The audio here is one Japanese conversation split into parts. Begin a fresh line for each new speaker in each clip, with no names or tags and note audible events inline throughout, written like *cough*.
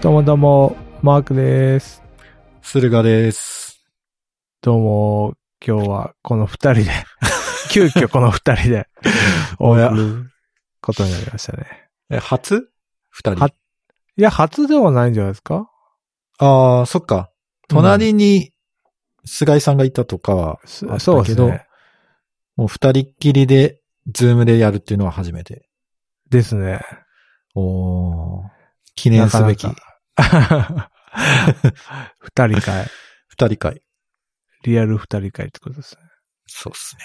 どうもどうも、マークです。
駿河です。
どうも、今日はこの二 *laughs* 人で、急遽この二人で、おや、ことになりましたね。
え、初二人。
ははいや、初ではないんじゃないですか
ああ、そっか。隣に菅井さんがいたとかは、
そ
あったけど
そうですね。
もう二人っきりで、ズームでやるっていうのは初めて。
です *laughs* ね。
おー。記念すべき
な。かなか二人会。
二人会。
リアル二人会ってことですね。
そうっすね。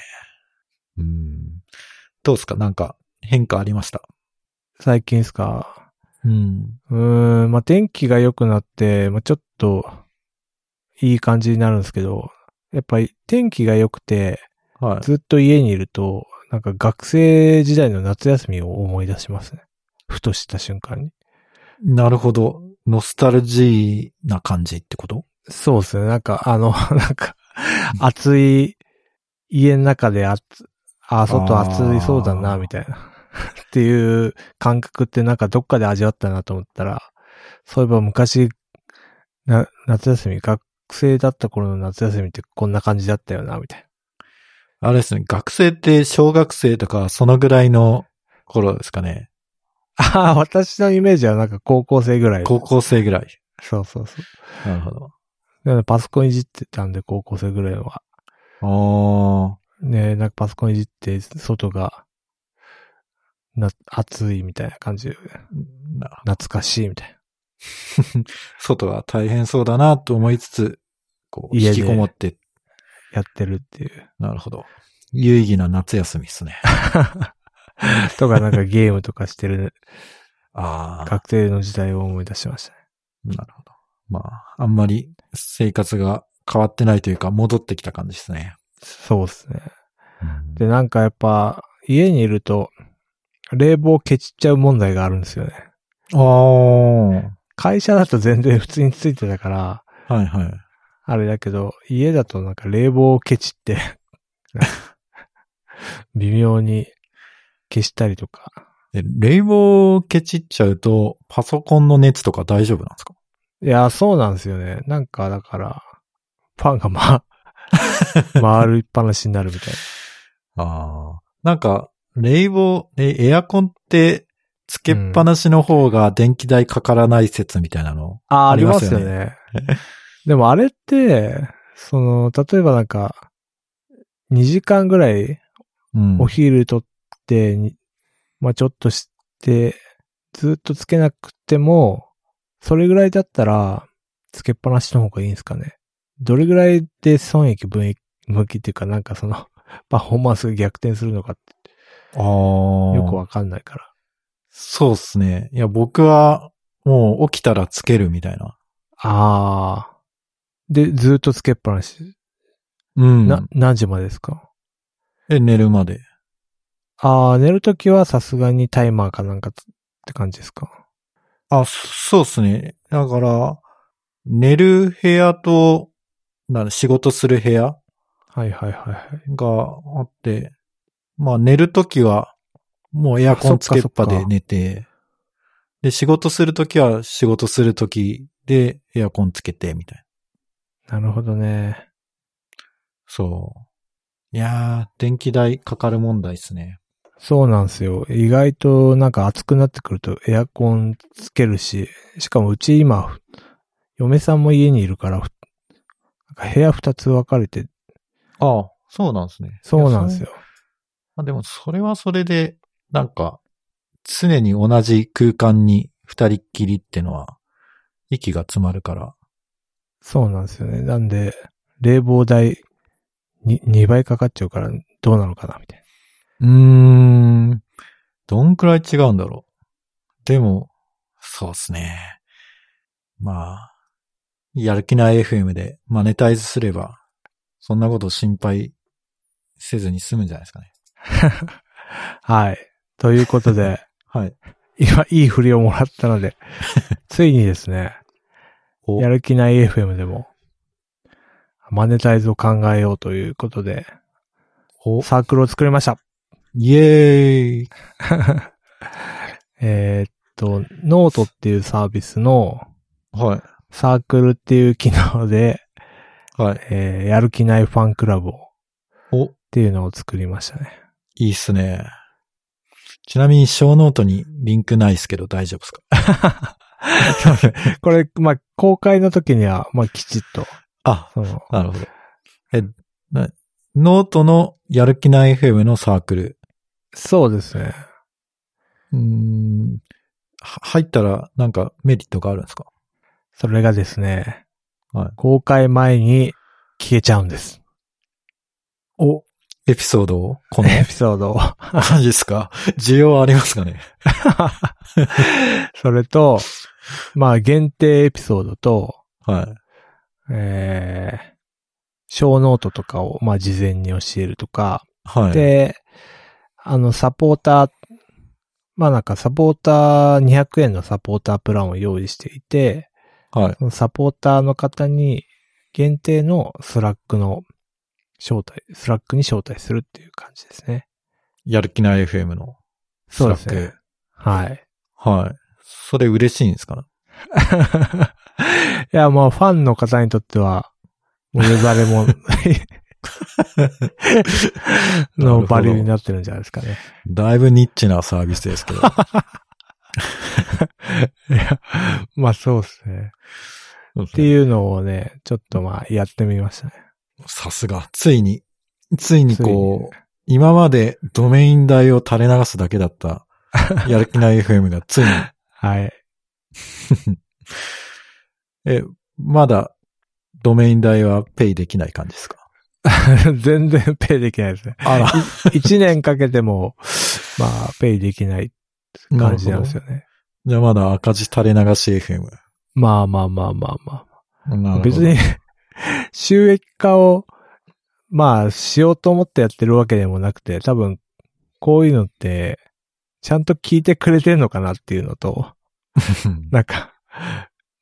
うん。どうっすかなんか変化ありました。
最近ですか
うん。
うーん、まあ、天気が良くなって、まあ、ちょっと、いい感じになるんですけど、やっぱり天気が良くて、
はい。
ずっと家にいると、なんか学生時代の夏休みを思い出しますね。ふとした瞬間に。
なるほど。ノスタルジーな感じってこと
そうですね。なんか、あの、 *laughs* なんか、暑い、家の中で暑、あ、外暑いそうだな、
あー
みたいな。っていう感覚ってなんかどっかで味わったなと思ったら、そういえば昔、な、夏休み、学生だった頃の夏休みってこんな感じだったよな、みたいな。
あれですね、学生って小学生とかそのぐらいの頃ですかね。
ああ、私のイメージはなんか高校生ぐらい。
高校生ぐらい。
そうそうそう。
なるほど。
なのでパソコンいじってたんで、高校生ぐらいは。
あ
ねえなんかパソコンいじって、外が、な、暑いみたいな感じで、
ーな
懐かしいみたいな。
外が大変そうだなと思いつつ、こう、
家
引
で
きこもって、
やってるっていう。
なるほど。有意義な夏休み *laughs* ですね。
とか、なんかゲームとかしてる
ああ、
*laughs* 学生の時代を思い出しましたね。
なるほど。まあ、あんまり生活が変わってないというか、戻ってきた感じですね。
そうですね。で、なんかやっぱ、家にいると、冷房ケチっちゃう問題があるんですよね。
ああ、は
会社だと全然普通についてたから、
いはい。
あれだけど、家だとなんか冷房をケチって、 *laughs* 微妙に消したりとか。
で、冷房をケチっちゃうと、パソコンの熱とか大丈夫なんですか
いや、そうなんですよね。なんかだから、ファンが
*laughs*
ま、回りっぱなしになるみたい
ああ。なんか、冷房、え、エアコンって、つけっぱなしの方が電気代かからない説みたいなの。
な。あ、あ
あ
り
り
ま
ますす
よ
よ
ね。
ね
*laughs* でもあれって、その、例えばなんか、2時間ぐらい
うん。
お昼取ってに、まあちょっとして、ずっとつけなくても、それぐらいだったら、つけっぱなしの方がいいんですかね。どれぐらいで損益分益、向きっていうかなんかその、 *laughs* パフォーマンスが逆転するのかって
ああ。
よくわかんないから。
そうっすね。いや、僕は、もう起きたらつけるみたいな。
ああ。で、ずっとつけっぱなし。
うん。
な、何時までですか
え、寝るまで。
ああ、寝るときはさすがにタイマーかなんかつって感じですか
あ、そそうっすね。だから、寝る部屋と、なんだ仕事する部屋
はいはいはいはい。
があって、まあ寝るときは、もうエアコンつけっぱで寝て、で、仕事するときは仕事するときでエアコンつけて、みたいな。
なるほどね。
そう。いやー、電気代かかる問題ですね。
そうなんですよ。意外となんか暑くなってくるとエアコンつけるし、しかもうち今、嫁さんも家にいるから、ふなんか部屋二つ分かれて、
ああ、そうなんですね。
そうなんですよ。
まあでも、それはそれで、なんか、常に同じ空間に二人っきりってのは、息が詰まるから。
そうなんですよね。なんで、冷房代に2倍かかっちゃうからどうなのかな、みたいな。
うーん。どんくらい違うんだろう。でも、そうっすね。まあ、やる気ない FM でマネタイズすれば、そんなこと心配せずに済むんじゃないですかね。
はい。ということで、 *laughs*
はい。
今いい振りをもらったので、ついにですね、
お
やる気ない FM でも、マネタイズを考えようということで、
お
サークルを作りました。
イエーイ
えーっと、ノートっていうサービスの、
は
サークルっていう機能で、 *laughs*
い。はい。
えーやる気ないファンクラブを、っ
お、
ていうのを作りましたね。
いいっすね。ちなみに、小ノートにリンクないっすけど大丈夫ですか *laughs*
*laughs* これ、まあ、公開の時には、まあ、きちっと、
あ、
その、
なるほど。え、なノートのやる気ない FM のサークル。
そうですね。
うーん。は入ったらなんかメリットがあるんですか
それがですね、
はい
公開前に消えちゃうんです。
お、エピソードをこの
エピソードを。 *laughs*
感じですか需要ありますかね
それと、まあ、限定エピソードと、
は
えー、小ノートとかを、まあ、事前に教えるとか、
い。はい。
で、あの、サポーター、まあなんかサポーター200円のサポータープランを用意していて、
はい。
そのサポーターの方に限定のスラックの招待、スラックに招待するっていう感じですね。
やる気ない FM のス
そう
ラ
で
ッ
す
ク。
ね。はい。 *laughs*
はい。それ嬉しいんですかね
いや、まあファンの方にとっては、もうよざれ
*laughs*
ものバリューになってるんじゃないですかね。
だいぶニッチなサービ
*laughs*
スですけど。
いや、まあそうですね。
っ
っていうのをね、ちょっとまあやってみましたね。
さすが。ついに、ついにこう、今までドメイン代を垂れ流すだけだ
*laughs*
った、やる気ない FM がついに、
はい。 *laughs*
え、まだ、ドメイン代はペイできない感じですか
全然ペイできないですね。
あ
*laughs*
ら、
1年かけても、まあ、ペイできない感じなんです
よ。
よね。
じゃあまだ赤字垂れ流し FM。
まあまあまあまあまあ。
なるほど
別に、 *laughs* 収益化を、まあ、しようと思ってやってるわけでもなくて、多分、こういうのって、ちゃんと聞いてくれてるのかなっていうのと、なんか、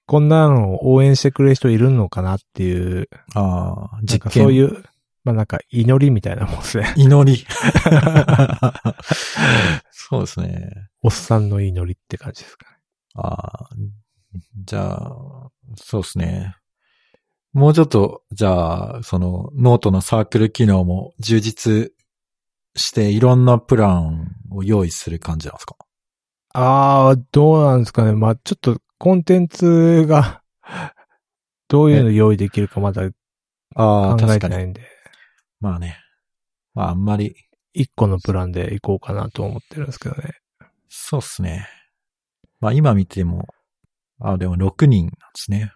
こんなのを応援してくれる人いるのかなっていう
ああ、
なん
実
か
験。
そういう、まあなんか祈りみたいなもんですね。 *laughs*
祈り。そうですね。
おっさんの祈りって感じですかね。
ああ、じゃあ、そうですね。もうちょっと、じゃあ、その、ノートのサークル機能も充実して、いろんなプランを用意する感じなんですか
ああ、どうなんですかね。まあちょっとコンテンツが、 *laughs* どういうの用意できるかまだ
あ
考
あ、
え
確
て
か
な
に。
いんで、
まあね。まあ、あんまり、
一個のプランでいこうかなと思ってるんですけどね。
そうっすね。まあ、今見ても、あでも6人なんですね。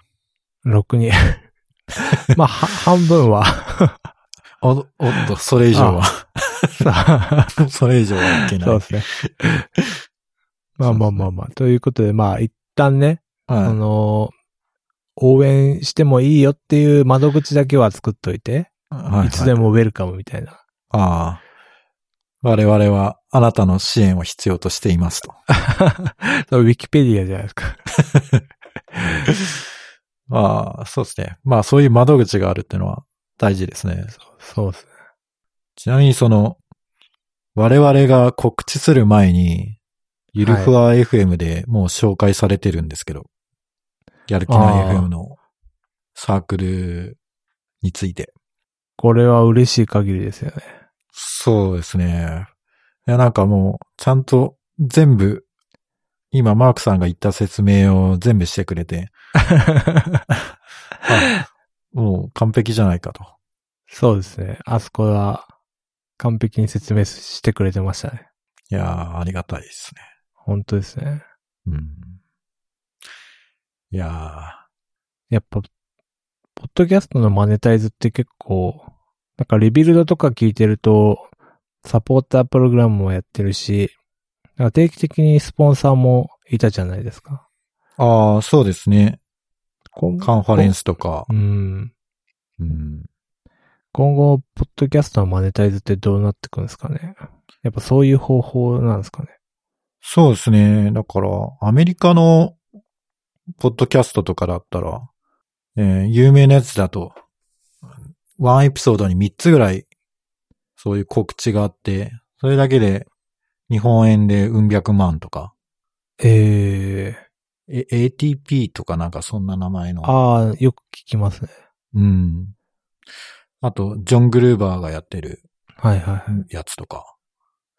6人。 *laughs* まあ、は半分 *laughs* は
お、おっと、それ以上は、
さ、
*laughs* それ以上はいけない。
そうです *laughs* ね。まあまあまあまあ。ということで、まあ一旦ね、あ
は
の、応援してもいいよっていう窓口だけは作っといて、
い。はいはい
いつでもウェルカムみたい
*laughs*
な。
ああ。我々はあなたの支援を必要としていますと。
それウィキペディアじゃないですか。
ああ、そうですね。まあそういう窓口があるってのは大事ですね。
そうですね。
ちなみにその、我々が告知する前に、ゆるふわ FM でもう紹介されてるんですけど、やる気ない
ああ
FM のサークルについて。
これは嬉しい限りですよ
*laughs*
ね。
そうですね。いや、なんかもう、ちゃんと全部、今マークさんが言った説明を全部してくれて、あもう完璧じゃないかと。
そうですね。あそこは完璧に説明してくれてましたね。
いやー、ありがたいですね。
本当ですね。
うん。いや
やっぱ、ポッドキャストのマネタイズって結構、なんかリビルドとか聞いてると、サポータープログラムもやってるし、なんか定期的にスポンサーもいたじゃないですか。
ー。ああ、そうですね。
今
カンファレンスとか
う。ん。
うん。
今後、ポッドキャストのマネタイズってどうなってくんですかね。やっぱそういう方法なんですかね。
そうですね。だから、アメリカの、ポッドキャストとかだったら、えー有名なやつだと、ワンエピソードに3つぐらい、そういう告知があって、それだけで、日本円でうん百万とか、
ええ
え、ATP とかなんかそんな名前の。
ああ、よく聞きますね。
うん。あと、ジョン・グルーバーがやってる
はいはい。
やつとか。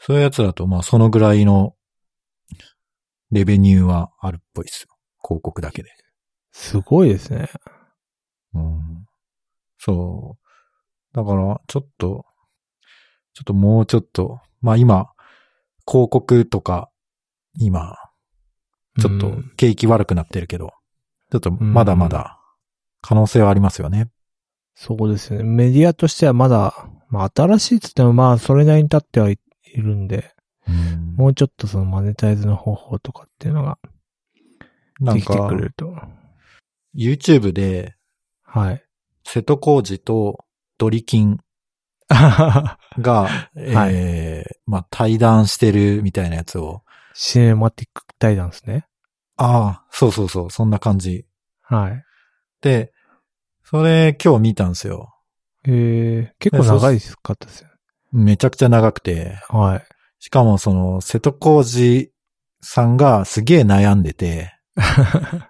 そういうやつだと、まあ、そのぐらいのレベニューはあるっぽいですよ。広告だけで。
すごいですね。
うん。そう。だから、ちょっと、ちょっともうちょっと、まあ今、広告とか、今、ちょっ
う
と
ん
景気悪くなってるけど、ちょっとまだまだ可能性はありますよね。
そうですよね。メディアとしてはまだ、まあ新しいっつってもまあそれなりに経ってはいいるんで、
うん
もうちょっとそのマネタイズの方法とかっていうのが
なん
できて
か
く、れると。
YouTube で、 *laughs*
はい。
瀬戸康二とドリキンが、
*laughs* はい
えーまあ対談してるみたいなやつを、
シネマティック対談ですね。
ああ、そうそうそう、そんな感じ。
はい。
で、それ今日見たんですよ。
えー、結構長いかったですよね。
めちゃくちゃ長くて、
はい。
しかもその、瀬戸康史さんがすげえ悩ん
*laughs*
でて、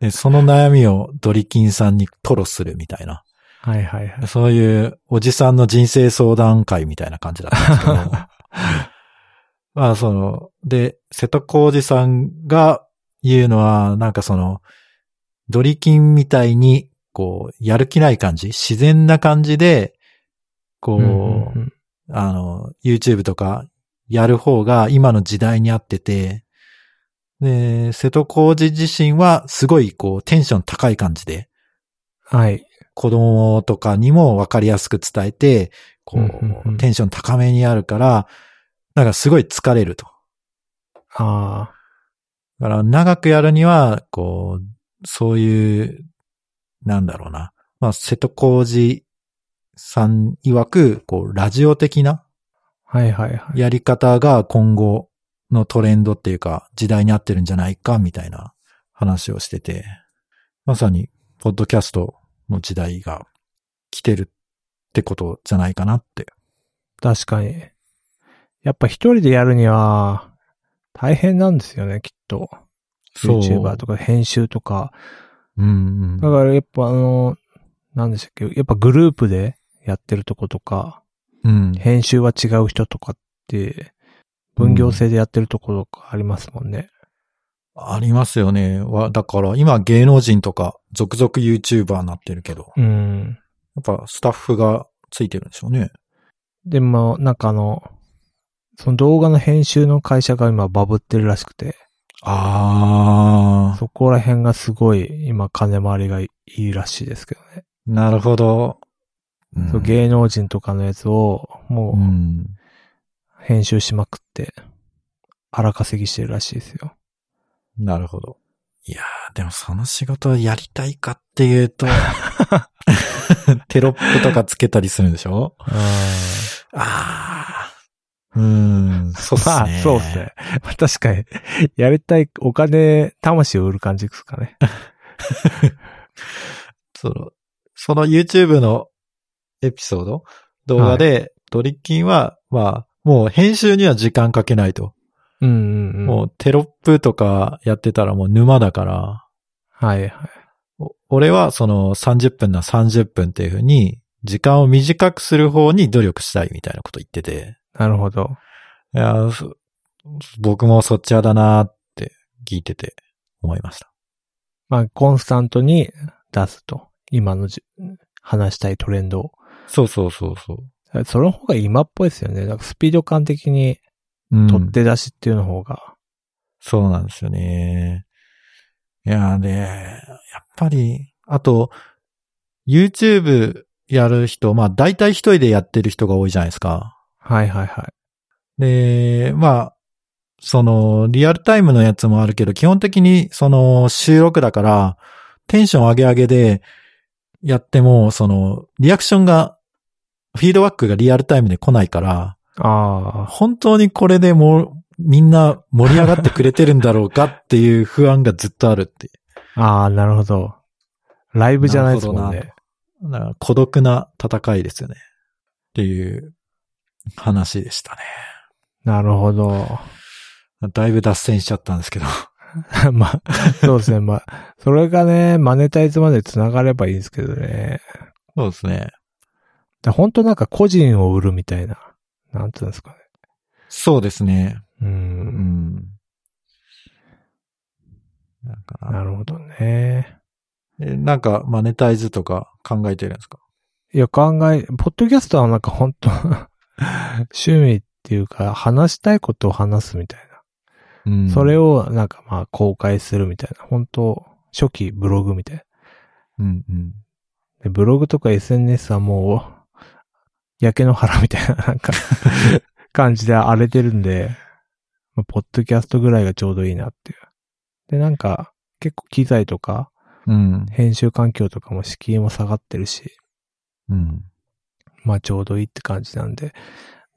でその悩みをドリキンさんに吐露するみたいな、
はいはいはい。
そういうおじさんの人生相談会みたいな感じだった
*laughs*
んですけど、まあその、で、瀬戸康史さんが言うのは、なんかその、ドリキンみたいに、こう、やる気ない感じ、自然な感じで、こう、
うんうん
あの、YouTube とかやる方が今の時代に合ってて、で、瀬戸康史自身はすごいこうテンション高い感じで、
うんはい。
子供とかにもわかりやすく伝えて、こ
うんうんう
う、
ん
テンション高めにあるから、なんかすごい疲れると。
あ
だから長くやるには、こう、そういう、なんだろうな。まあ、瀬戸康史さん曰く、こう、ラジオ的な
あ。はいはいはい。
やり方が今後のトレンドっていうか、時代に合ってるんじゃないか、みたいな話をしてて、まさに、ポッドキャストの時代が来てるってことじゃないかなって。
確かに。やっぱ一人でやるには、大変なんですよね、きっと。YouTuber と
か。
か編集とか。
うん、う
だ
ん。
からやっぱあの、なんでしたっけ、やっぱグループでやってるとことか、
うん。
編集は違う人とかって、分業制でやってるところがありますもんね。
ありますよね。わだから、今芸能人とか、続々 YouTuber になってるけど、
うん。
やっぱスタッフがついてるんでしょうね。
でも、なんかあの、その動画の編集の会社が今バブってるらしくて、
ああ、
そこら辺がすごい今金回りがいいらしいですけどね。
なるほど。うん
そう芸能人とかのやつを
う。
もうん編集しまくって荒稼ぎしてるらしいですよ。
なるほど。いやー、でもその仕事をやりたいかっていうと、 *laughs* テロップとかつけたりするんでしょ
うん。
あー。うーん、そうっすね。
まあ、そうですね。まあ確かに、やりたいお金、魂を売る感じですか
*laughs*
ね。
その、その YouTube のエピソード動画で、ドリッキンは、まあ、もう編集には時間かけないと。
うんうんうん。
もうテロップとかやってたらもう沼だから、
はいはい。
お俺はその30分な30分っていう風に、時間を短くする方に努力したいみたいなこと言ってて、
なるほど。
いやー、そ僕もそっち派だなーって聞いてて思いました。
まあ、コンスタントに出すと。今のじ話したいトレンドを。
そうそうそうそう。
その方が今っぽいですよね。なんかスピード感的に
うん
取っ手出しっていうの方が。
そうなんですよね。いやーで、やっぱり、あと、YouTube やる人、まあ大体一人でやってる人が多いじゃないですか。
はいはいはい。
で、まあ、その、リアルタイムのやつもあるけど、基本的に、その、収録だから、テンション上げ上げでやっても、その、リアクションが、フィードバックがリアルタイムで来ないから、
あ
本当にこれでもう、みんな盛り上がってくれてるんだろうかっていう不安がずっとあるって。
あ。ああ、なるほど。ライブじゃないですもん
なる
ね。
だから孤独な戦いですよね。っていう話でしたね。
なるほど。
だいぶ脱線しちゃったんですけど。
*laughs* まあ、そうですね。まあ、それがね、マネタイズまで繋がればいいんですけどね。
そうですね。
だ本当なんか個人を売るみたいな。なんていうんですかね。
そうですね。
う。
うんん。なんかな
なるほどね。
えなんか、マネタイズとか考えてるんですか
いや、考え、ポッドキャストはなんか本当 *laughs* 趣味っていうか、話したいことを話すみたいな。
うん
それ。をなんかまあ公開するみたいな。本当初期ブログみたいな。
うんうん。
でブログとか SNS はもう、焼け野原みたいな、 *laughs* なんか、感じで荒れてるんで、まあポッドキャストぐらいがちょうどいいなっていう。で、なんか、結構機材とか、
うん。
編集環境とかも敷居も下がってるし、
うん。
まあちょうどいいって感じなんで、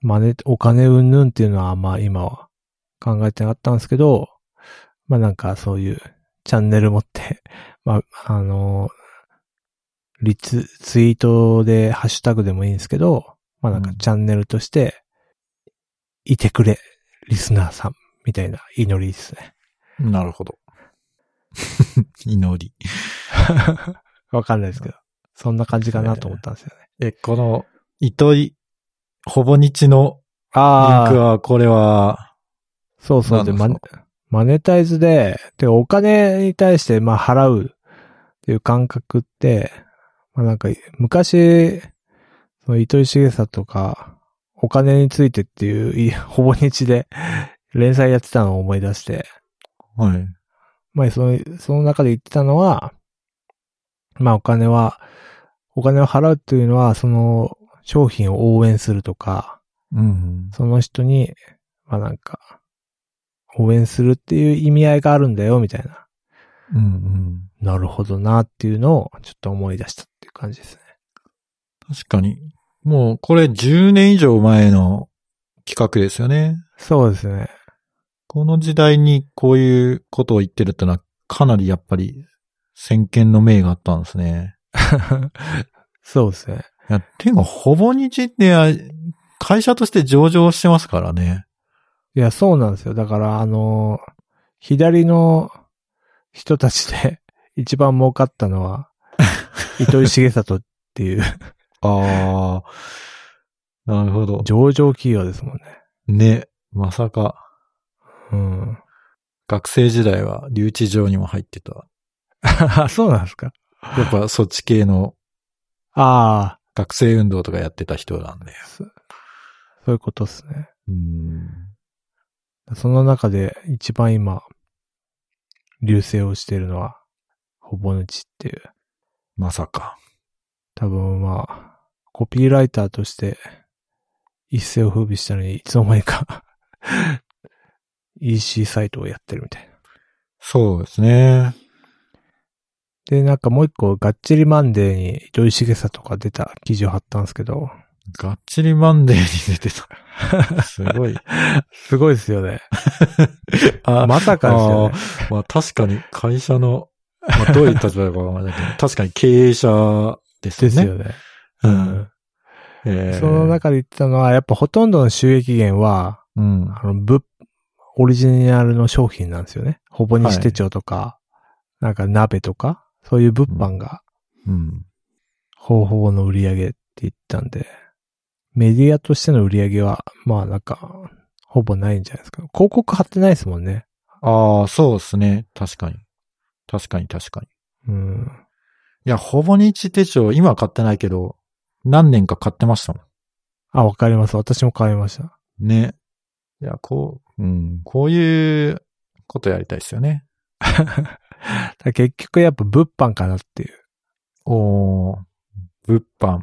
まね、お金うんぬんっていうのはあんま今は考えてなかったんですけど、まあなんかそういうチャンネル持って、 *laughs* まああの、リツ、ツイートでハッシュタグでもいいんですけど、まあなんか
うん
チャンネルとして、いてくれ、リスナーさん、みたいな祈りですね。
なるほど。 *laughs* 祈り。
わかんないですけど、そんな感じかなと思ったんですよね。
え、この、糸井、ほぼ日のリン
あ
クは、これは、
そうそうで、
何
マ
なん
ネ
です
マネタイズで、で、お金に対して、まあ、払うっていう感覚って、まあ、なんか、昔、その、糸井重里とか、お金についてっていう、い *laughs* ほぼ日で連載やってたのを思い出して、
はい。
まあ、その、その中で言ってたのは、まあ、お金は、お金を払うっていうのは、その、商品を応援するとか、
うん。
その人に、まあなんか、応援するっていう意味合いがあるんだよ、みたいな。
うんうん。
なるほどなっていうのをちょっと思い出したっていう感じですね。
確かに。もう、これ10年以上前の企画ですよね。
そうですね。
この時代にこういうことを言ってるってのは、かなりやっぱり、先見の明があったんですね。
そうですね。
いや、てか、ほぼ日って、あ会社として上場してますからね。
いや、そうなんですよ。だから、あのー左の人たちで *laughs* 一番儲かったの *laughs* は、糸井重里っていう
ああ。なるほど。
上場企業ですもんね。
ね。まさか、
うん。
学生時代は留置場にも入ってた。
そうなんですか
や *laughs* っぱ、そっち系の
ああ、
学生運動とかやってた人なんで。
そそういうことですね。
うん。
その中で一番今、流星をしてるのは、ほぼぬちっていう。
まさか。
多分まあ、コピーライターとして、一世を風靡したのに、いつの間にか、EC サイトをやってるみたいな。
そうですね。
で、なんかもう一個、がっちりマンデーに、糸井重里が出た記事を貼ったんですけど、
がっちりマンデーに出てた。 *laughs* すごい。
すごいですよね。
あ
まさかですよね。
まあ確かに会社の、まあどういう立場だかわからないけど、確かに経営者です
で
よね。
すよね。
うん。えー
その中で言ってたのは、やっぱほとんどの収益源は、
うん。
あの、ぶ、オリジナルの商品なんですよね。ほぼ西手帳とか、なんか鍋とか、そういう物販が
うん。
方法の売り上げって言ったんで、メディアとしての売り上げは、まあなんか、ほぼないんじゃないですか。広告貼ってないですもんね。
ああ、そうですね。確かに。確かに確かに。
うん。
いや、ほぼ日手帳、今は買ってないけど、何年か買ってましたも
あ、わかります。私も買いました。
ん。ね。いや、こう、うん、こういうことやりたいですよね。
だから結局やっぱ物販かなっていう。
おー、物販。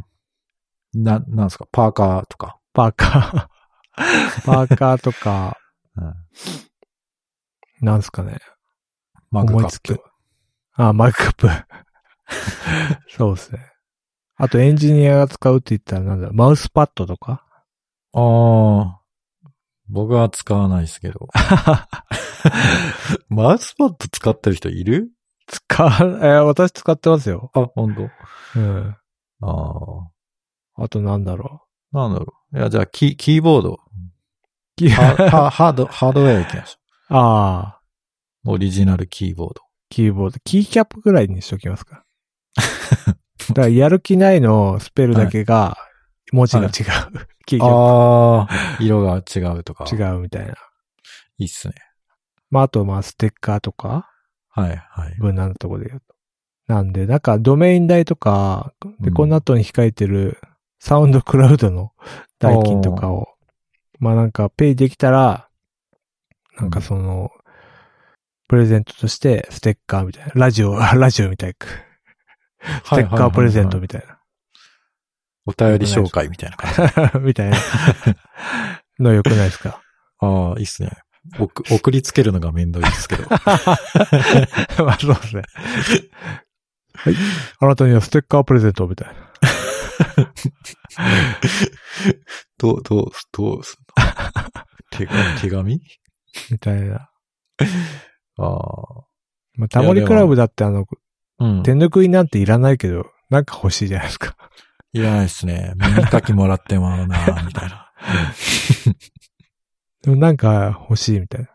な、なんですか、パーカーとか。
パーカ
*laughs*
ー。パーカーとか、
うん
なんすかね。
マグカ
思いつ
ッ
き
プ。
あ、マグカッ
*laughs*
プ。そうですね。あとエンジニアが使うって言ったらなんだマウスパッドとか
ああ、僕は使わないですけ
*laughs*
ど。 *laughs* マウスパッド使ってる人いる
使わ、え私使ってますよ。
あ、本当。
うん。
あ
あとなんだろ
あ、なんだろう。いや、じゃあ、キー、キーボード。
う。 *laughs*
ははハード、ハードウェア行きましょ
ああ、
オリジナルキーボード。
キーボード、キーキャップぐらいにしときます
*laughs*
か。だから、やる気ないのスペルだけが、文字が違う。キーキャ
ああ、 *laughs* 色が違うとか。
ップ違うみたいな。
いいっすね。
まあ、あと、まあ、ステッカーとか、
はい、はい。
無難なとこで言うと。なんで、なんか、ドメイン代とか、で、
うん
この後に控えてる、サウンドクラウドの代金とかを、まあなんか、ペイできたら、なんかその、プレゼントとして、ステッカーみたいな。ラジオ、 *laughs* ラジオみたいな。ス
ス
テッカープレゼントみたい
お便り紹介みたいな感じ。
な。 *laughs* みたいな。の良くないですか
ああ、いいっすね。おく *laughs* 送りつけるのがめんどいですけど。
*laughs*
*laughs*
まあそうですね。はい。あなたにはステッカープレゼントみたいな。
どう、どう、どうすんの *laughs* 手紙手紙
みたいな。
あ
まあ、タモリクラブだってあの、
あ。うん。
手ぬくいなんていらないけど、なんか欲しいじゃないですか。
いらないっすね。耳かきもらってもらうな、みた
*laughs*
いな。
でもなんか欲しいみたい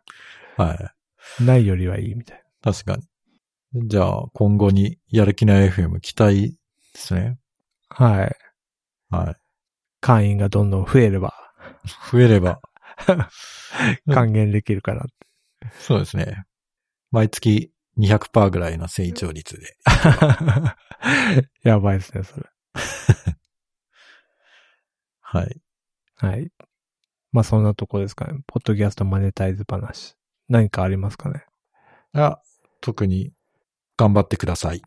な。
はい。
ないよりはいいみたい
確かに。じゃあ、今後にやる気ない FM 期待ですね。
な。はい。
はい。
会員がどんどん増えれば、
増えれば、うん
還元できるかな。
*laughs* そうですね。毎月200%ぐらいの成長率で。
やばいですね、それ。
はい。
はい。まあそんなとこですかね。ポッドキャストマネタイズ話。何かありますかね
あ、特に、頑張ってください。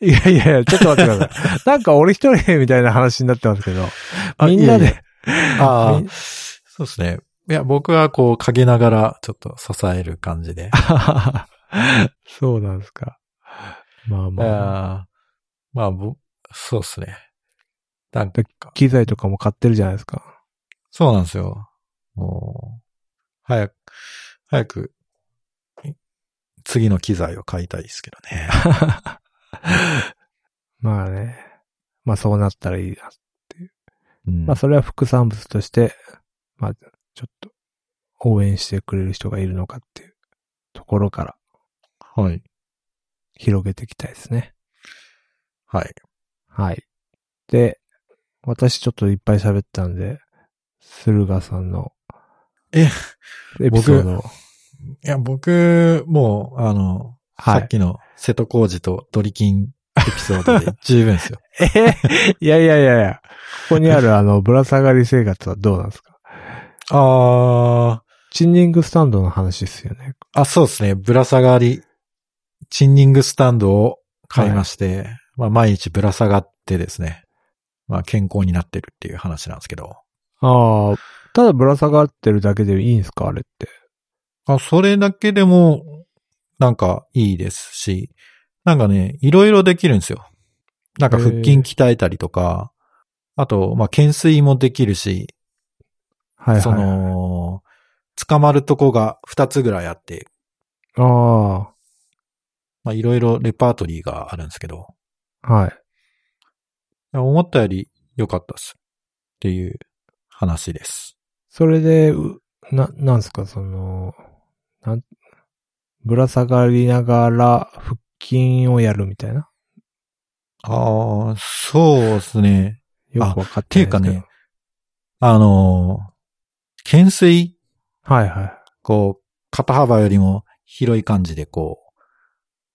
いやいやいや、ちょっと待ってくだ
*laughs*
さい。なんか俺一人みたいな話になってますけど、みんなで、
いやいや。ああ
み、
*laughs* そうですね。いや、僕はこう、陰ながら、ちょっと支える感じ *laughs* で。
*laughs* そうなんですか。まあまあ。
あーまあ、ぼそうですね。なん
で
か、
機材とかも買ってるじゃないですか。
そうなんですよ。もう、早く、早く、次の機材を買いたいですけどね。
*laughs* まあね。まあそうなったらいいな。
うん
まあそれは副産物として、まあちょっと応援してくれる人がいるのかっていうところから
はい。
広げていきたいですね。
はい。
はい。で、私ちょっといっぱい喋ったんで、駿河さんの、
え
エピソードを
いや、僕、もう、あの、
は
さっ
い。
きの瀬戸康史とドリキンエピソード
*laughs*
で十分ですよ。
えいやいやいやいや、ここにあるあの、ぶら下がり生活はどうなんですか
あ
チンニングスタンドの話ですよね。
ー、あ、そうですね。ぶら下がり、チンニングスタンドを買いまして、まあ、毎日ぶら下がってですね、まあ、健康になってるっていう話なんですけど。
ああ、ただぶら下がってるだけでいいんですかあれって。
あ、それだけでも、なんかいいですし、なんかね、いろいろできるんですよ。なんか腹筋
へー
鍛えたりとか、あと、まあ、懸垂もできるし、
はいはい。
そ、の、捕まるとこが2つぐらいあって、
あ
まあ、いろいろレパートリーがあるんですけど、
あ、はい。
いや思ったより良かったです。っていう話です。
それで、うな、なんすか、その、なん、ぶら下がりながら腹筋をやるみたいな。
ああ、そうですね。
よくわかってないですけど。
っていうかねあのー、懸垂
はいはい。
こう、肩幅よりも広い感じでこう、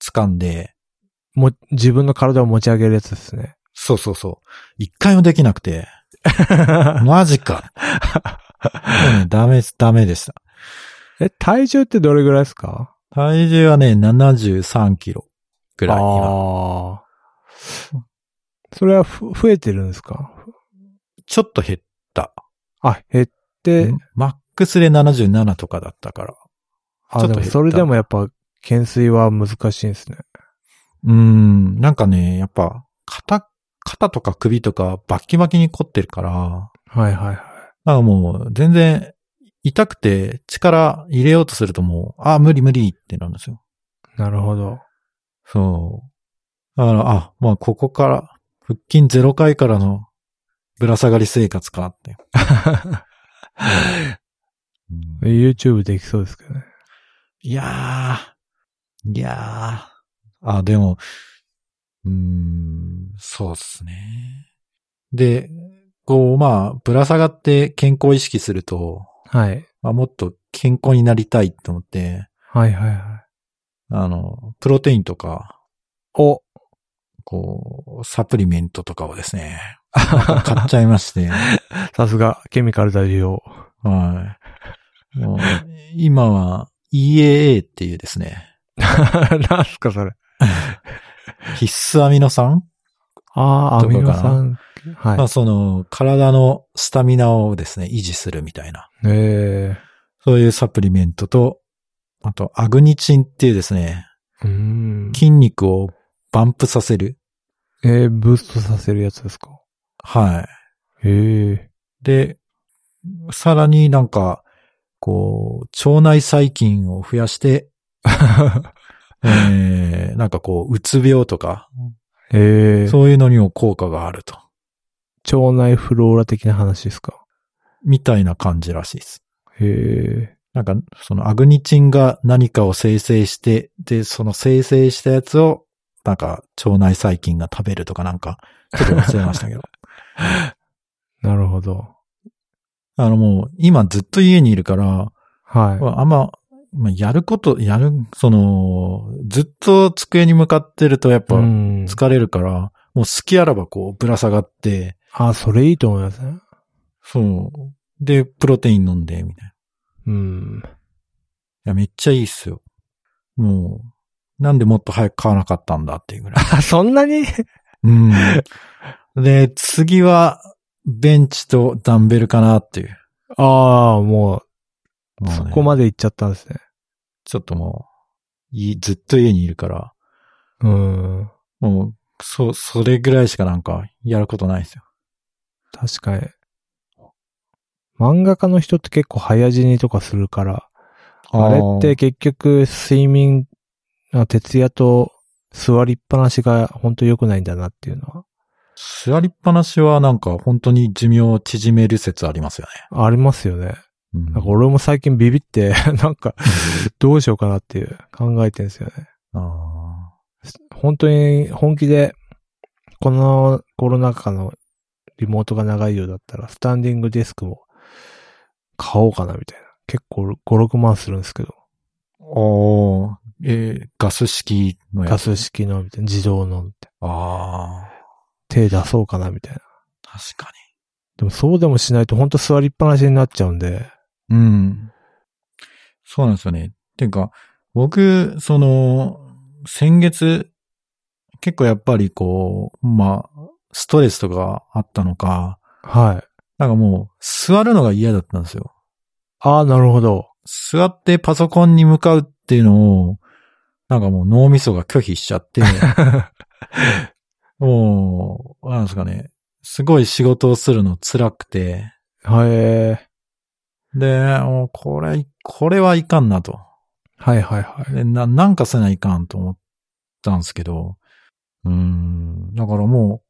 掴んで、
も、自分の体を持ち上げるやつですね。
そうそうそう。一回もできなく *laughs* て、マジか。もうねダメ、ダメでした。
え、体重ってどれぐらいですか
体重はね、73キロぐらい今。
ああ。それはふ増えてるんですか
ちょっと減っ
あ、減って
て、、マックスで77とかだったから。
あ、
ちょ
でも
っと減った
それでもやっぱ、懸垂は難しいんですね。
うーん、なんかね、やっぱ、肩、肩とか首とかバッキバキに凝ってるから、
はいはいはい。
なんかもう、全然、痛くて力入れようとするともう、ああ、無理無理ってなるんですよ。
なるほ
*laughs*
ど。
そう。だから、あ、まあ、ここから、腹筋ゼロ回からのぶら下がり生活かって。うん
YouTube できそうですけどね。
いやー、いやー。あ、でも、うーん、そうですね。で、こう、まあ、ぶら下がって健康を意識すると、
はい。
まあ、もっと健康になりたいと思って、
はいはいはい。
あの、プロテインとか、
お
こう、サプリメントとかをで
*laughs*
すね、買っちゃいまして、
さすが、ケミカル大量。
はい。もう今は EAA っていうですね、
*laughs* なんすかそれ。
必須アミノ酸、
ああ、ア
とか
ミ
か
ノ
な
酸。はい
まあ。その、体のスタミナをですね、維持するみたいな、
え
そういうサプリメントと、あと、アグニチンっていうですね、
えー。うーん。
筋肉をバンプさせる。
えー、ブーストさせるやつですか。
はい。
ええ
で、さらになんか、こう、腸内細菌を増やして、えー、なんかこう、うつ病とか、
ー。 *laughs* ええー。
そういうのにも効果があると。
腸内フローラ的な話ですか。
みたいな感じらしいです。
へえ。
なんか、そのアグニチンが何かを生成して、で、その生成したやつを、なんか、腸内細菌が食べるとかなんか、ちょっと忘れましたけど。
なるほど。
あのもう、今ずっと家にいるから、
は
あんま、まあやること、やる、その、ずっと机に向かってるとやっ
い。
ぱ
ん
疲れるから、もう隙あらばこう、ぶら下がって、
あ、それいいと思いますね。
そう。で、プロテイン飲んで、みたいな。
うん。 *laughs*
いや、めっちゃいいっすよ。もう、なんでもっと早く買わなかったんだっていうぐらい。
*laughs* あ、そんなに
うん。で、次は、ベンチとダンベルかなっていう。
ああ、もう、
もうね
そこまで行っちゃったんですね。
ちょっともう、いずっと家にいるから、
うん。
もう、そ、それぐらいしかなんか、やることないですよ。
確かに。漫画家の人って結構早死にとかするから、あれって結局睡眠、あ徹夜と座りっぱなしが本当良くないんだなっていうのは
座りっぱなしはなんか本当に寿命を縮める説ありますよ
ありますよね。
ね。
なんか俺も最近ビビって、 *laughs* なんかどうしようかなっていう考えてるんですよね。
あ
本当に本気で、このコロナ禍のリモートが長いようだったら、スタンディングデスクも買おうかなみたいな。結構5、6万するんですけど、
ーあー。えーガス式のやつ。
ガス式のみたいな、自動のみたい
ああ。
な手出そうかなみたいな。
確か
でもそうでもしないと本当座りっぱなしになっちゃうんで、
に。うん。そうなんですよね。ていうか、僕、その、先月、結構やっぱりこう、まあ、ストレスとかあったのか、
はい。
なんかもう、座るのが嫌だったんですよ。
ああ、なるほど。
座ってパソコンに向かうっていうのを、なんかもう脳みそが拒否しちゃって、もう、なんですかね、すごい仕事をするの辛くて、
はい、え
で、もうこれ、これはいかんなと。
ーはいはいはい。
でな、なんかせないかんと思ったんですけど、うーん、だからも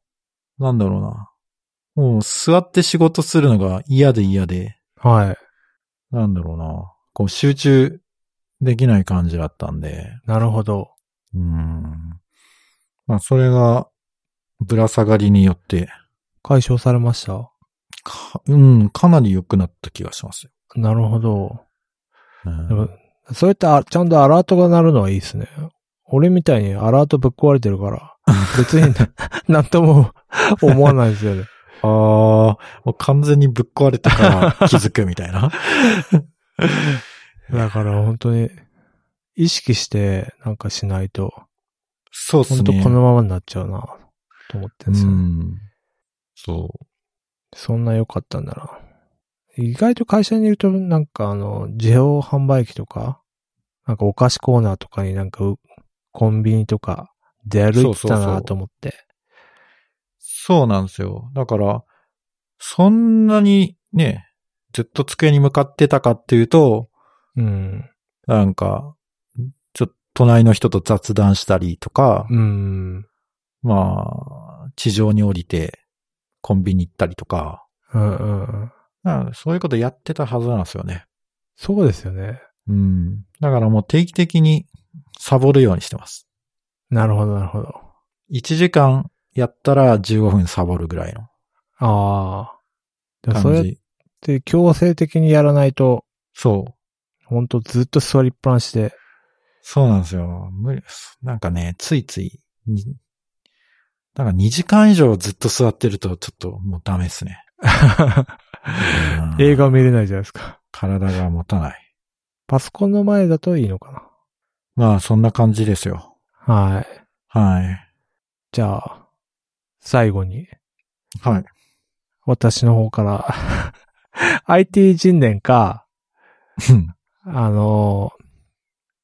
う、なんだろうな。もう座って仕事するのが嫌で嫌で、
はい。
なんだろうな。こう集中できない感じだったんで、
なるほど。
うーん。まあ、それが、ぶら下がりによって、
解消されました
か、うん、かなり良くなった気がしますよ。
なるほど。
うん
でもそうやってあちゃんとアラートが鳴るのはいいですね。俺みたいにアラートぶっ壊れてるから、別 *laughs* にななんとも思わないですよね。
ああ、もう完全にぶっ壊れたから気づくみたいな。
だから本当に、意識してなんかしないと、
*laughs* そうっす
本当
ね。
このままになっちゃうな、と思ってるんですよね、
うん。そ
そんな良かったんだな。意外と会社にいると、なんかあの、自動販売機とか、なんかお菓子コーナーとかになんかう、コンビニとか出歩いてた
そうそうそ
な
う
と思って。
う。そうなんですよ。だから、そんなにね、ずっと机に向かってたかっていうと、
うん。
なんか、ちょっと隣の人と雑談したりとか、
うん。
まあ、地上に降りて、コンビニ行ったりとか、
うんうんうん。
まあそういうことやってたはずなんですよね。
そうですよね。
うん。だからもう定期的に、サボるようにしてます。
なるほど、なるほど。
1時間やったら15分サボるぐらいの
ああ。でもそうや
感
っ
じ。
て強制的にやらないと、
そう。
ほんとずっと座りっぱなし
*laughs*
で、
そうなんですよ。無理です。なんかね、ついつい、になんか2時間以上ずっと座ってるとちょっともうダメですね。うん
映画見れないじゃないですか。
体が持たない。
パソコンの前だといいのか
まあ、そんな感じですよ。
な。はい。
はい。
じゃあ、最後に、
はい。 *laughs*
私の方から、IT *laughs* 人伝か、
うん
あの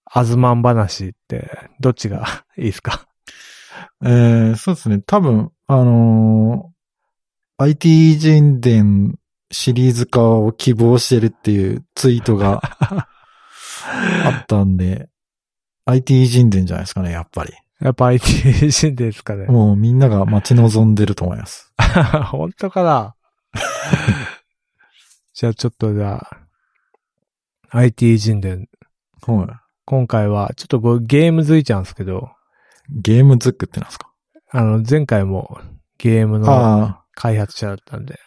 ー、アズマン話って、どっちが *laughs* いいですか
えー、そうですね。多分、あのー IT 人伝シリーズ化を希望してるっていうツイートがあったんで、IT 人伝じゃないですかね、やっぱり。
やっぱ IT 人伝ですかね。
もうみんなが待ち望んでると思います。
*laughs* 本当かなじゃあちょっとじゃあ、IT 人伝。
は
今回は、ちょっとこうゲームづいちゃうんですけど、
い。ゲームズックってなんですか
あの、前回もゲームの
ああ、
開発者だったんで、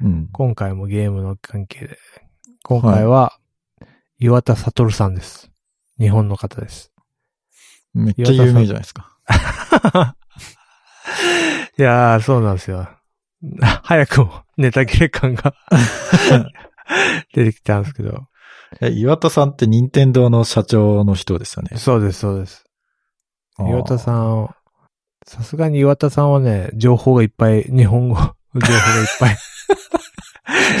うん。
今回もゲームの関係で。今回は、岩田悟さんです。日本の方です。
めっちゃ有名じゃないですか。
いやー、そうなんですよ。 *laughs* 早くもネタ切れ感が *laughs* 出てきたんですけど。
え、岩田さんって任天堂の社長の人ですよね。
そうです、そうです。岩田
ん。
さんを、さすがに岩田さんはね、情報がいっぱい、日 *laughs* 本語の情報がいっぱい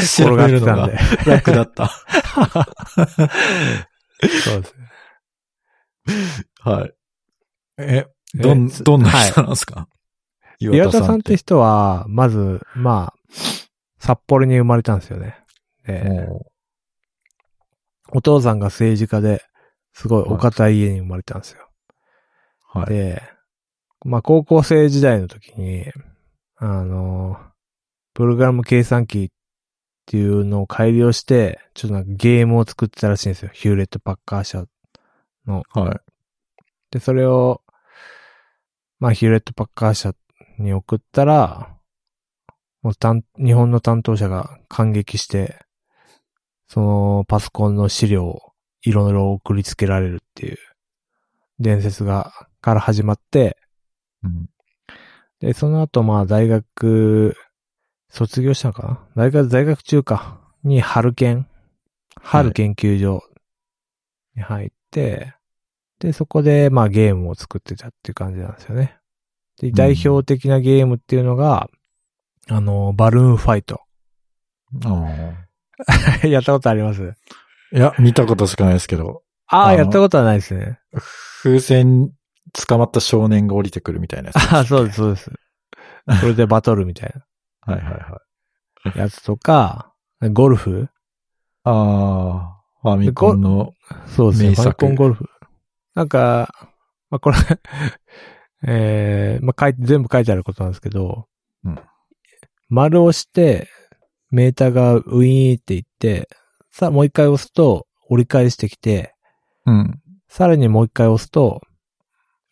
調
転がって
べるの
たん
が
で。
楽だった。
そうですね。
*laughs* はい。え、どん、どんな人なんですか、
岩田さんって人は、まず、まあ、札幌に生まれたんですよね。で
も
お父さんが政治家で、すごいお堅い家に生まれたんですよ。
う、はい。
で、まあ、高校生時代の時に、あの、プログラム計算機っていうのを改良して、ちょっとなんかゲームを作ってたらしいんですよ。ヒューレット・パッカー社。
はい。
で、それを、まあ、ヒューレット・パッカー社に送ったら、もう担日本の担当者が感激して、そのパソコンの資料をいろいろ送りつけられるっていう伝説が、から始まって、
うん。
で、その後、まあ、大学、卒業したのかな大学、在学中か。に、春研。春研究所に入って、で、そこで、まあ、ゲームを作ってたっていう感じなんですよね。で、
ん
代表的なゲームっていうのが、あの、バルーンファイト。 *laughs*
あ
やったことあります
ーいや、見たことしかないですけど、
あ
あ
あ、
の
やったことはないですね。
風船捕まった少年が降りてくるみたいなやつでしたっけ
ああ、そうです、。そうです。それでバトルみたい
はいはいはい。
なやつとか、ゴルフ
ああ、ファミコンの、
そうですね。
名
フ
作
ァミコンゴルフ。なんか、まあ、これ、 *laughs* えー、まあ、書いて、全部書いてあることなんですけど、
うん
丸を押して、メーターがウィーンっていって、さあもう一回押すと折り返してきて、
うん。
さらにもう一回押すと、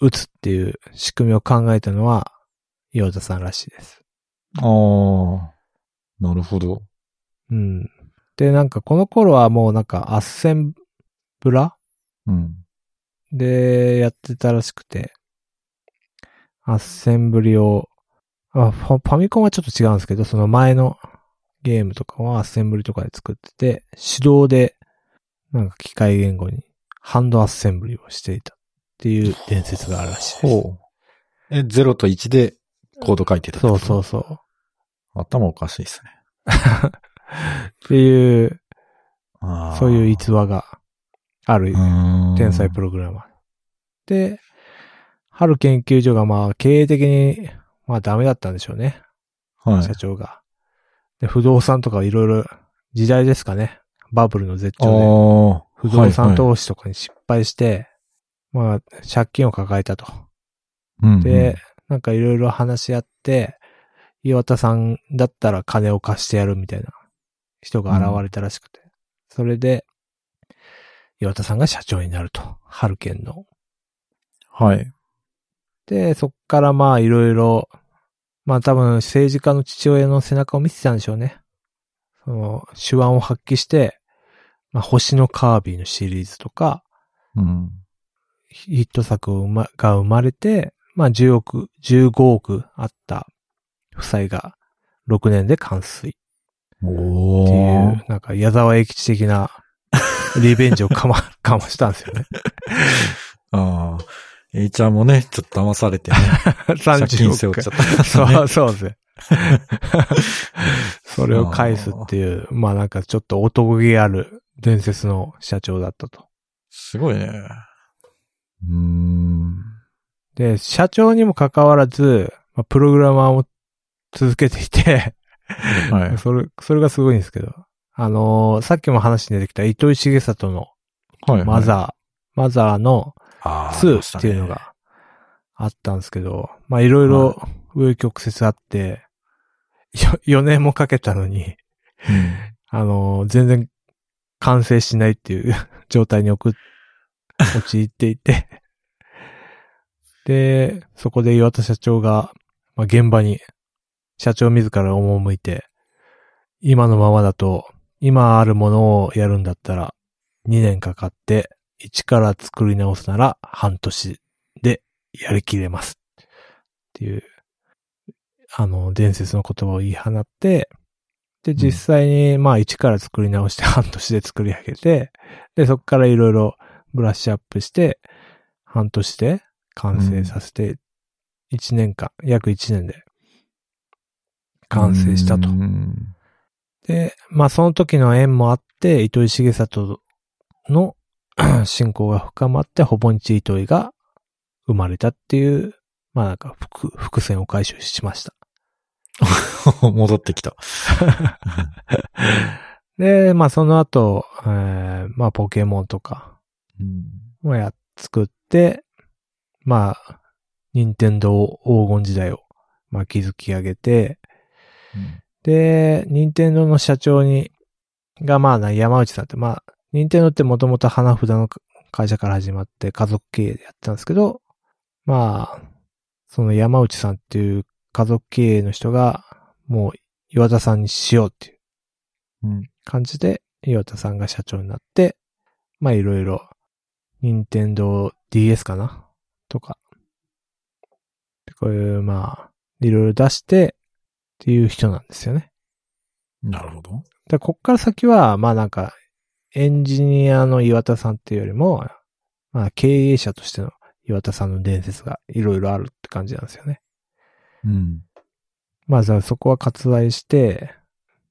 打つっていう仕組みを考えたのは、岩田さんらしいです。
ああ、なるほど。
うん。で、なんかこの頃はもうなんか、アッセンブラ
うん。
で、やってたらしくて、アッセンブリを、あファファミコンはちょっと違うんですけど、その前のゲームとかはアッセンブリとかで作ってて、手動で、なんか機械言語にハンドアッセンブリをしていたっていう伝説があるらしいで
ほう。え、0と1でコード書いてた。
す。そうそううそう。
頭おかしいですね。
っていう、
あー
そういう逸話がある天才プ
ロ。
ログラマー。で、春研究所がまあ経営的にまあダメだったんでしょうね。
はい
社。長が。で、不動産とかいろいろ、時代ですかね。バブルの絶
あ
頂で、
ー
不動
は
産
いは
投資とかに失敗して、まあ、借金を抱えたと。
いうんうん
で、なんかいろいろ話し合って、岩田さんだったら金を貸してやるみたいな人が現れたらしくて。それで、岩田さんが社長になると。ハルケンの。
はい。
で、そっからまあいろいろ、まあ多分政治家の父親の背中を見てたんでしょうね。その手腕を発揮して、まあ星のカービィのシリーズとか、
うん。
ヒット作をうまが生まれて、まあ10億、15億あった負債が6年で完遂っ
お
てい
ー
う、なんか矢沢永吉的なリベンジを
*laughs*
かま、かましたんですよね。
ああ。えいちゃんもね、ちょっと騙されて
*laughs*
ね、借金背
30
負っ
億
ちゃった。
そう、そうですね。それを返すっていう、まあなんかちょっと男気ある伝説の社長だったと。
すごいね。うーん。
で、社長にもかかわらず、まあプログラマーを続けていて、
はい。
それ、それがすごいんですけど、あのーさっきも話に出てきた糸井重里の
はい。
マザー、マザーの
あー
2っていうの。があったんですけど、まあいろいろ上曲折あって、4年もかけたのに、
ありましたね
あの、全然完成しないっていう *laughs* 状態に置く、陥っていて。で、そこで岩田社長が、まあ、現場に、社長自ら赴いて、今のままだと、今あるものをやるんだったら、2年かかって、一から作り直すなら半年でやりきれます。っていう、あの、伝説の言葉を言い放って、で、
ん
実際に、まあ、一から作り直して半年で作り上げて、で、そこからいろいろブラッシュアップして、半年で完成させて、1年間、約1年で
うん
完成したと
う。ん
で、まあその時の縁もあって、糸井重里の *clears throat* 信仰が深まって、ほぼ日糸井が生まれたっていう、まあなんか伏、伏線を回収しました。
*laughs* 戻ってきた。
で、まあその後、えーまあポケモンとか
うん
もやっ作って、まあ、任天堂黄金時代を、まあ築き上げて、で、任天堂の社長に、がまあな、山内さんって、まあ、任天堂ってもともと花札の会社から始まって家族経営でやってたんですけど、まあ、その山内さんっていう家族経営の人が、もう岩田さんにしようっていう
うん
感じで、岩田さんが社長になって、まあいろいろ、任天堂 DS かなとか、でこういう、まあ、いろいろ出して、っていう人なんですよね。
なるほど。
で、こっから先は、まあなんか、エンジニアの岩田さんっていうよりも、まあ経営者としての岩田さんの伝説がいろいろあるって感じなんですよね。
うん。
まあじゃあそこは割愛して、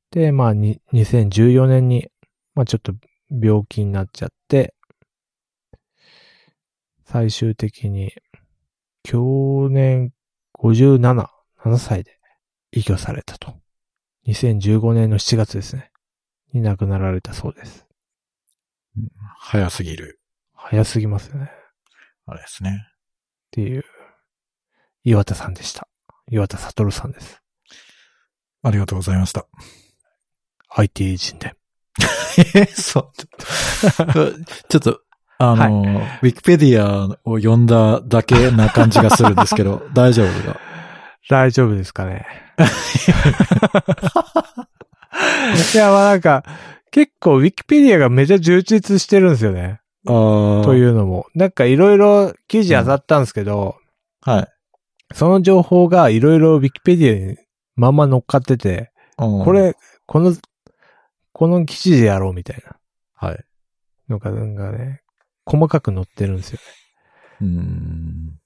で、まあに2014年に、まあちょっと病気になっちゃって、最終的に、去年57、7歳で依拠されたと。2015年の7月ですね。に亡くなられたそうです。
早すぎる。
早すぎますよね。っ
あれですね。
ていう、岩田さんでした。岩田悟さんです。
ありがとうございました。
IT 人で。
え、 *laughs* そう。ちょっとちょっと、あの、ウィキペディアを読んだだけな感じがするんですけ *laughs* ど、大丈夫だ。
大丈夫ですかね。いや、まあなんか、結構ウィキペディアがめちゃ充実してるんですよね。
ああ。。
といううのも。なんかいろいろ記事あたったんですけど、
はい。
その情報がいろいろウィキペディアにまんま乗っかってて、
こ
こ、れ、この、この記事でやろうみたいな
はい。
のが、なんかね、細かく載ってるんですよ。
うーん。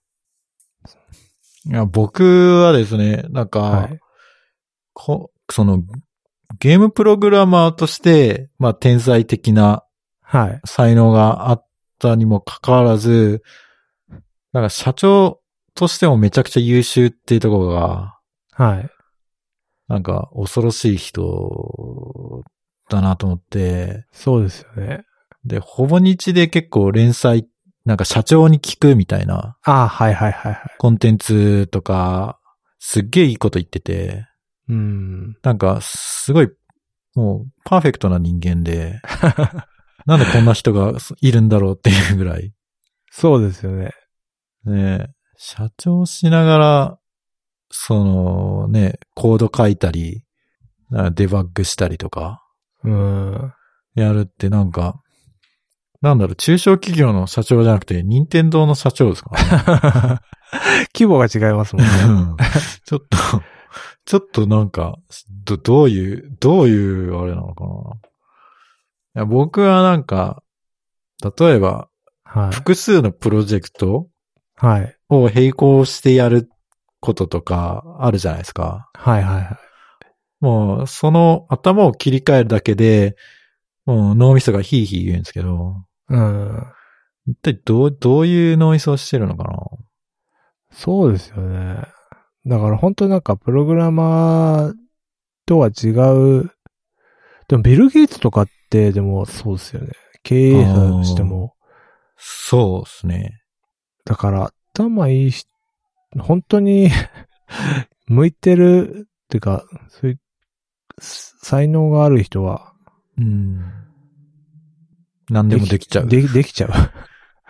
いや、僕はですね、なんか、
はい。
こその、ゲームプログラマーとして、まあ、天才的な
はい。
才能があったにもかかわらず、なんか社長としてもめちゃくちゃ優秀っていうところが、
はい。
なんか恐ろしい人だなと思って、
そうですよね。
で、ほぼ日で結構連載、なんか社長に聞くみたいな
ああ、はいはいはいはい。
コンテンツとか、すっげえいいこと言ってて、
うん。
なんかすごい、もうパーフェクトな人間で、なんでこんな人がいるんだろうっていうぐらい。
そうですよね。
ねえ、社長しながら、そのね、コード書いたり、あデバッグしたりとか、
うん。
やるってなんか、なんだろう、中小企業の社長じゃなくて、任天堂の社長ですか、ね、
*laughs* 規模が違います
*laughs*
もんね。
うんちょっと、ちょっとなんか、ど、どういう、どういうあれなのかな。いや僕はなんか、例えば、
はい。
複数のプロジェクト
はい。
を並行してやることとかあるじゃないですか。
はいはいはい。
もう、その頭を切り替えるだけで、もう脳みそがヒーヒー言うんですけど、
うん。
一体どう、どういう脳みそをしてるのかな
そうですよね。だから本当なんかプログラマーとは違う。でもビル・ゲイツとかってでもそうですよね。経営者だとしても。
そうですね。
だから頭いいし、本当に *laughs* 向いてるっていうか、そういう才能がある人は。
うん。何でもできちゃう。
でできちゃう。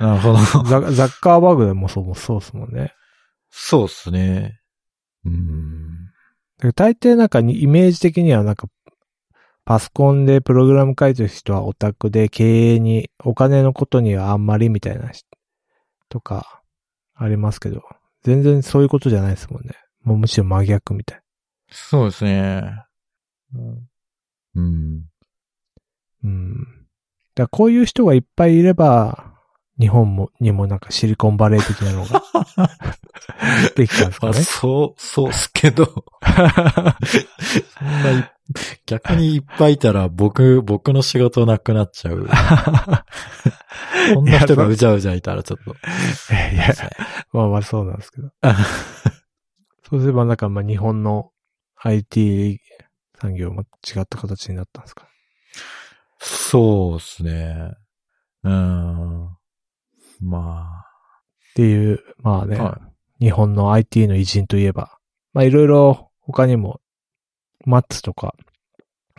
なるほど。 *laughs*
ザザッカーバーグでもそうそうですもんね。
そうですね。うん。
だから大抵なんかにイメージ的にはなんか、パソコンでプログラム書いてる人はオタクで経営に、お金のことにはあんまりみたいなし、とか、ありますけど、全然そういうことじゃないですもんね。もうむしろ真逆みたい。
そうですね。うん。
うん。だからこういう人がいっぱいいれば、日本も、にもなんかシリコンバレー的なの
*laughs*
ができたんですか
あ
ね。
そう、そうっすけど。そんないっ、 *laughs* 逆にいっぱいいたら僕、僕の仕事なくなっち *laughs* ゃう。こんな人がうじゃうじゃいたらちょっと。
いや、まあまあそうなんですけど。そうすればなんかまあ日本の IT 産業も違った形になったんですか。
そうっすね。うん。ま
っていう、まあ
あ。
ね、日本の IT の偉人といえば、まあいろいろ他にも、マッツとか、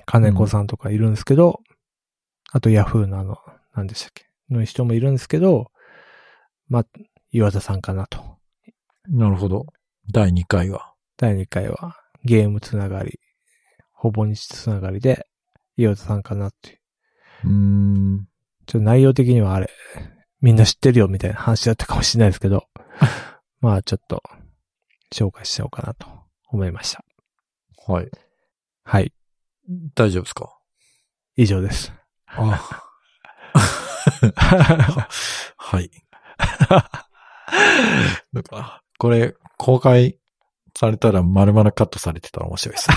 金子さんとかいるんですけど、あとヤフーのあの、何でしたっけ、の人もいるんですけど、まあ、岩田さんかなと。
なるほど。第2回は。
第2回はゲームつながり、ほぼ日つながりで、岩田さんかなっていう。
うん。
ちょっと内容的にはあれ、みんな知ってるよみたいな話だったかもしれないですけ
*laughs*
ど、まあちょっと、紹介しちゃおうかなと思いました。
はい。
はい。
大丈夫ですか
以上です。
あはい。なんか、これ、公開されたら丸々カットされてたら面白いですね。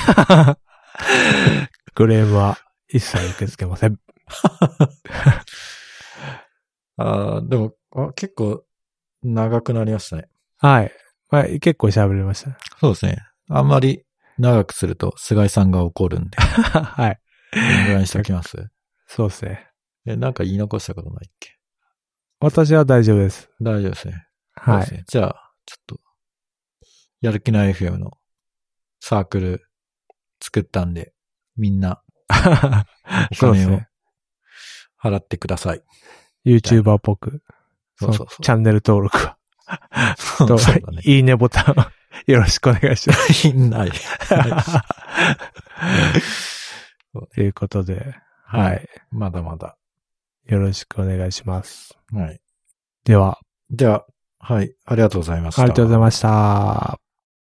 クレームは一切受け付けません。
*laughs* あーでもあ、結構長くなりましたね。
*laughs* はい。まあ結構喋りました。
そうですね。あんまり長くすると菅井さんが怒るん *laughs* で、
はい。
このぐらいにしておきます。
そうですね。
え、なんか言い残したことないっけ
私は大丈夫です。
大丈夫ですね。そう
は
です
い。
ね。じゃあ、ちょっと、やる気ない FM のサークル作ったんで、みんな
*laughs*
お
そうで
金
す
を
ね。
払ってください。
YouTuber っぽく。
そうそう
の
そう
チャンネル登録は。
*laughs* そう
と
そうだね。
*laughs* いいねボタンを *laughs* よろしくお願いします。
*laughs* ない。
ということで、
は
はいい。
まだまだ。
よろしくお願いします。
はい。
では、
では、はい。ありがとうございました。
ありがとうございました。